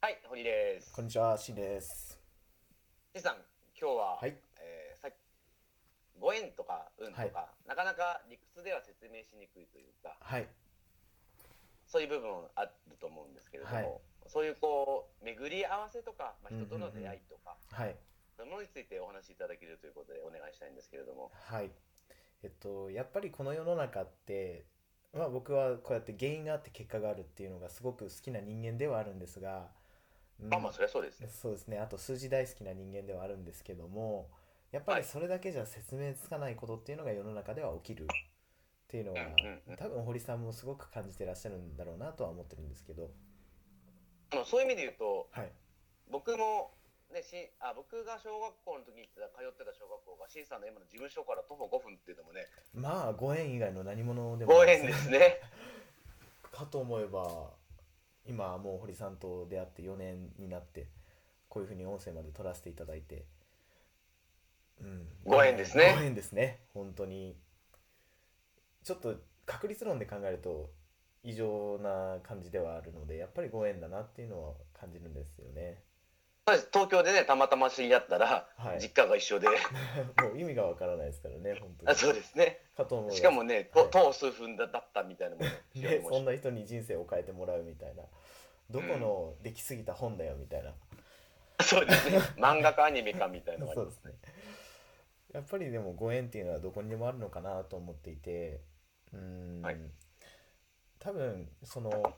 はい、堀です。こんにちは、しんです。じさん、今日は、はいえーさご縁とか運とか、はなかなか理屈では説明しにくいというか、はい。そういう部分あると思うんですけれども、はいそういうこう巡り合わせとか、まあ、うんうんう人んとの出会いとか、はい。そういうものについてお話しいただけるということでお願いしたいんですけれども、はい。えっと、やっぱりこの世の中って、まあ僕はこうやって原因があって結果があるっていうのがすごく好きな人間ではあるんですが、うんまあまあそりゃそうですね。そうですね。あと数字大好きな人間ではあるんですけども、やっぱはいりそれだけじゃ説明つかないことっていうのが世の中では起きるっていうのはうんうんうん、多分堀さんもすごく感じてらっしゃるんだろうなとは思ってるんですけど、あのそういう意味で言うと、はい。僕も、ね、しあ僕が小学校の時に行ってた通ってた小学校が、しんさんの今の事務所から徒歩5分っていうのもね、まあご縁以外の何者でもごない縁ですね。かと思えば今もう堀さんと出会って4年になってこういうふうに音声まで撮らせていただいて、うん、ご縁ですねご縁ですね本当にちょっと確率論で考えると異常な感じではあるのでやっぱりご縁だなっていうのは感じるんですよねそうです東京でねたまたま知り合ったら、はい実家が一 緒でもう意味がわからないですからね本当あにそうですねかと思えばしかもねとはい当数分だだったみたいなもの非常にね面、白そいんな人に人生を変えてもらうみたいなどこの出来すぎた本だよみたいな、そうですね漫画かアニメかみたいなのがありそうまですすね。やっぱりでもご縁っていうのはどこにでもあるのかなと思っていて、うーん、はい多分その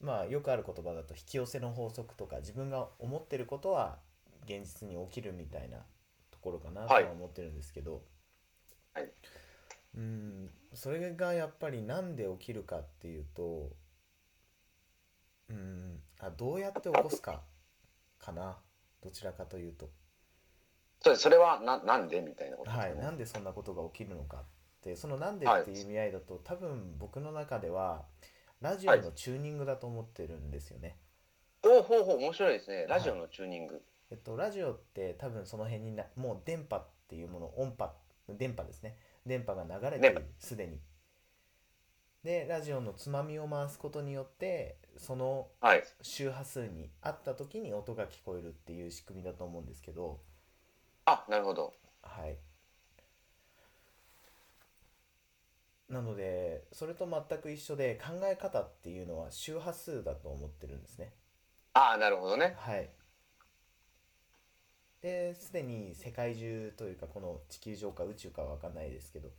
まあよくある言葉だと引き寄せの法則とか自分が思ってることは現実に起きるみたいなところかなとはいは思ってるんですけど、はいうーんそれがやっぱりなんで起きるかっていうとうーんあどうやって起こすかかなどちらかというと。そうですそれはななんでみたいなことですはよい、ね、なんでそんなことが起きるのかってそのなんではいっていう意味合いだと、多分僕の中ではラジオのチューニングだと思ってるんですよね。おおほうほう面白いですねラジオのチューニング、えっと、ラジオって多分その辺になもう電波っていうもの音波電波ですね電波が流れてい電るすでに。でラジオのつまみを回すことによってそのはい周波数に合った時に音が聞こえるっていう仕組みだと思うんですけど、あなるほどはい。なので、それと全く一緒で、考え方っていうのは周波数だと思ってるんですね。ああなるほどねはい。で、すでに世界中というか、この地球上か宇宙かは分かんないですけど、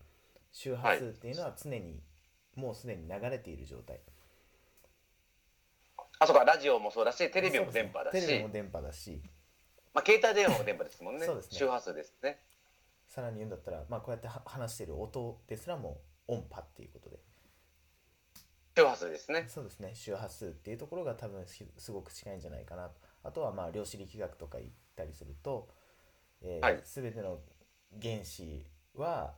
周波数っていうのは常に、もうすでに流れている状態。あそうかラジオもそうだしテレビも電波だそし、うですねテレビも電波だし、まあ、携帯電話も電波ですもんね そうですね周波数ですねさらに言うんだったら、まあ、こうやっては話している音ですらも音波っていうことで。周波数ですねそうですね周波数っていうところが多分しすごく近いんじゃないかなあとはまあ量子力学とか言ったりすると、えーはい全ての原子は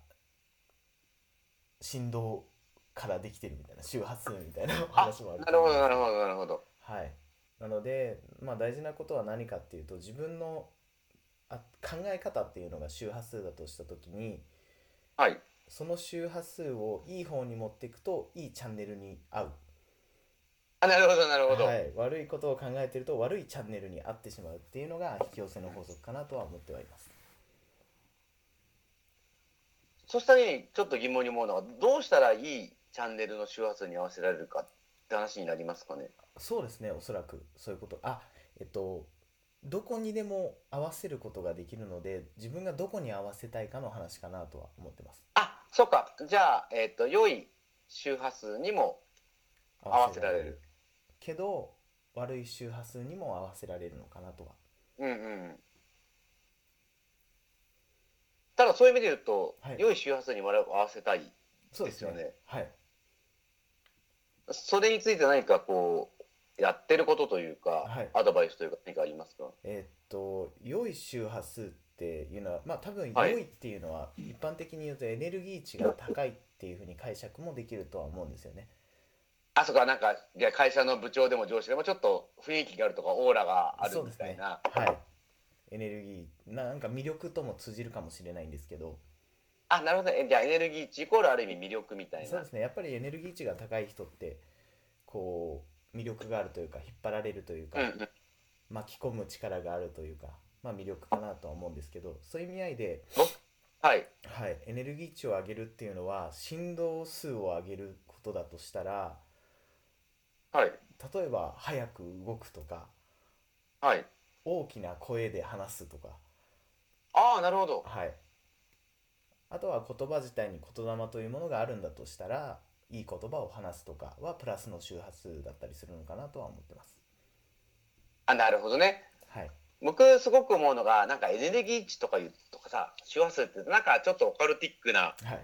振動からできてるみたいな周波数みたいなあ話もあるなるほどなるほどなるほどはい、なので、まあ、大事なことは何かっていうと自分のあ考え方っていうのが周波数だとした時にはいその周波数をいい方に持っていくといいチャンネルに合うあなるほどなるほど、はい、悪いことを考えてると悪いチャンネルに合ってしまうっていうのが引き寄せの法則かなとは思ってはいますそうした時にちょっと疑問に思うのがどうしたらいいチャンネルの周波数に合わせられるかって話になりますかね。そうですねおそらくそういうことあえっとどこにでも合わせることができるので自分がどこに合わせたいかの話かなとは思ってますあそうかじゃあ、えっと良い周波数にも合わせられるけど悪い周波数にも合わせられるのかなとはうんうんただそういう意味で言うと、はい良い周波数に我々を合わせたいそうですよねはいそれについて何かこうやってることというか、はいアドバイスというか何かありますかえーっと良い周波数っていうのはまあ多分良はいいっていうのは一般的に言うとエネルギー値が高いっていうふうに解釈もできるとは思うんですよね。あそうかなんかいや会社の部長でも上司でもちょっと雰囲気があるとかオーラがあるみたいな、そうですね、はい、エネルギーななんか魅力とも通じるかもしれないんですけどあなるほどねじゃあエネルギー値イコールある意味魅力みたいそうなですねやっぱりエネルギー値が高い人ってこう魅力があるというか引っ張られるというか、うんうん巻き込む力があるというか、まあ、魅力かなとは思うんですけどそういう意味合いで、はい。はい、エネルギー値を上げるっていうのは振動数を上げることだとしたらはい。例えば早く動くとかはい。大きな声で話すとか、ああ、なるほど。はい、あとは言葉自体に言霊というものがあるんだとしたらいい言葉を話すとかはプラスの周波数だったりするのかなとは思ってます。あ、なるほどね。はい、僕、すごく思うのが、なんかエネルギー値とかいうとかさ、周波数ってなんかちょっとオカルティックなはい